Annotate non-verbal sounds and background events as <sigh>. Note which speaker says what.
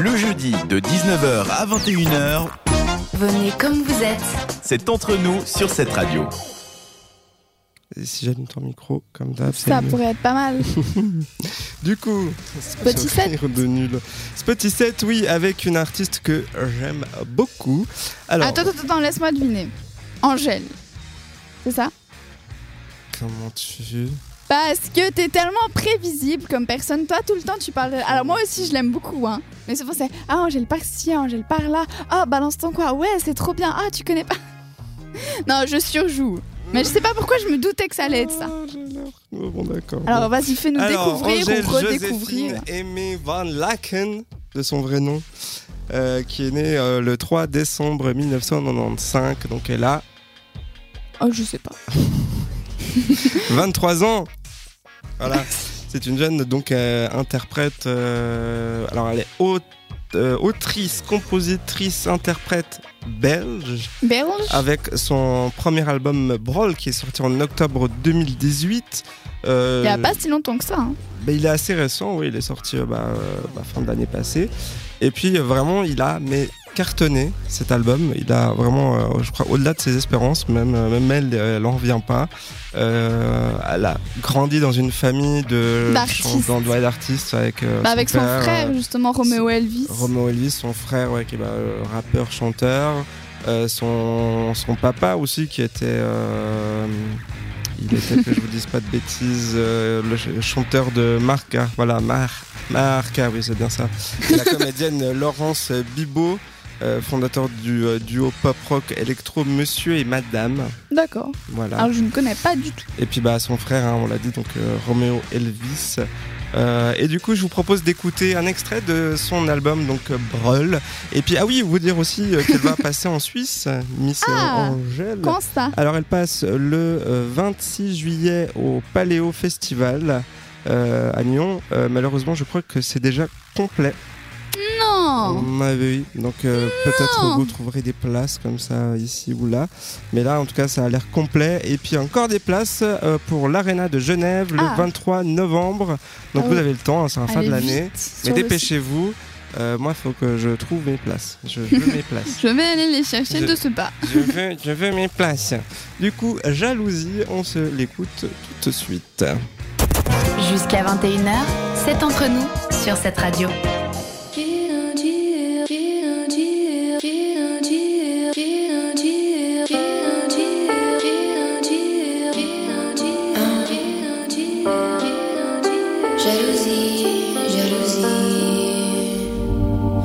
Speaker 1: Le jeudi de 19h à 21h,
Speaker 2: Venez comme vous êtes.
Speaker 1: c'est entre nous sur cette radio.
Speaker 3: Et si j'allume ton micro, comme d'hab, c'est
Speaker 4: Ça
Speaker 3: mieux.
Speaker 4: pourrait être pas mal.
Speaker 3: Du coup,
Speaker 4: Petit
Speaker 3: ça va
Speaker 4: set.
Speaker 3: rire de nul. Ce petit set, oui, avec une artiste que j'aime beaucoup. Alors,
Speaker 4: Attends, attends, attends, laisse-moi deviner. Angèle. C'est ça
Speaker 3: comment tu...
Speaker 4: Parce que t'es tellement prévisible comme personne. Toi, tout le temps, tu parles. Alors, moi aussi, je l'aime beaucoup, hein. Mais souvent, c'est Ah, Angèle par ci, Angèle par là. Ah, balance ton quoi. Ouais, c'est trop bien. Ah, tu connais pas. <laughs> non, je surjoue. Mais je sais pas pourquoi je me doutais que ça allait être ça.
Speaker 3: Ah, j'ai l'air- Oh, Bon, d'accord.
Speaker 4: Alors, vas-y, fais-nous
Speaker 3: Alors,
Speaker 4: découvrir
Speaker 3: Angèle
Speaker 4: ou redécouvrir.
Speaker 3: Joséphine Aimée Van Laken, de son vrai nom, euh, qui est née euh, le 3 décembre 1995, donc elle a
Speaker 4: Oh, je sais pas.
Speaker 3: 23 ans. Voilà. C'est une jeune donc euh, interprète. euh, alors elle est aut- euh, autrice, compositrice, interprète belge
Speaker 4: Belge
Speaker 3: avec son premier album Brawl qui est sorti en octobre 2018. Euh,
Speaker 4: Il y a pas si longtemps que ça. hein.
Speaker 3: bah, il est assez récent, oui, il est sorti euh, bah, euh, bah, fin de l'année passée. Et puis euh, vraiment, il a mais cartonné cet album. Il a vraiment, euh, je crois, au-delà de ses espérances, même, euh, même elle, euh, elle n'en revient pas. Euh, elle a grandi dans une famille de
Speaker 4: D'artistes.
Speaker 3: chantants, ouais, d'artistes avec, euh,
Speaker 4: Bah, avec son
Speaker 3: père,
Speaker 4: frère,
Speaker 3: euh,
Speaker 4: justement, Roméo Elvis.
Speaker 3: Romeo Elvis, son frère, ouais, qui est bah, euh, rappeur, chanteur. Euh, son, son papa aussi, qui était. euh, il était, que je vous dise pas de bêtises, euh, le ch- chanteur de Marca. Voilà, Mar Marca, oui, c'est bien ça. Et la comédienne <laughs> Laurence Bibot, euh, fondateur du euh, duo pop-rock électro Monsieur et Madame.
Speaker 4: D'accord.
Speaker 3: Voilà.
Speaker 4: Alors, je ne connais pas du tout.
Speaker 3: Et puis bah son frère, hein, on l'a dit, donc euh, Romeo Elvis. Euh, et du coup, je vous propose d'écouter un extrait de son album, donc euh, Brûle. Et puis, ah oui, vous dire aussi euh,
Speaker 4: <laughs>
Speaker 3: qu'elle va passer en Suisse, euh, Miss euh,
Speaker 4: Ah,
Speaker 3: Angèle.
Speaker 4: Quand ça
Speaker 3: Alors, elle passe le euh, 26 juillet au Paléo Festival euh, à Lyon. Euh, malheureusement, je crois que c'est déjà complet.
Speaker 4: Non
Speaker 3: Ah oui, oui. donc euh, peut-être
Speaker 4: Non.
Speaker 3: vous trouverez des places comme ça ici ou là. Mais là, en tout cas, ça a l'air complet. Et puis encore des places euh, pour l'Arena de Genève le
Speaker 4: Ah.
Speaker 3: 23 novembre. Donc
Speaker 4: Ah
Speaker 3: vous
Speaker 4: oui.
Speaker 3: avez le temps, hein, c'est la fin de
Speaker 4: Allez,
Speaker 3: l'année.
Speaker 4: vite
Speaker 3: Mais
Speaker 4: sur le site.
Speaker 3: dépêchez-vous. Euh, moi, il faut que je trouve mes places. Je veux mes
Speaker 4: <laughs>
Speaker 3: places.
Speaker 4: Je vais aller les chercher
Speaker 3: Je-
Speaker 4: de ce pas.
Speaker 3: Je veux, je veux mes places. Du coup, jalousie, on se l'écoute tout de suite.
Speaker 2: Jusqu'à 21h, c'est entre nous sur cette radio.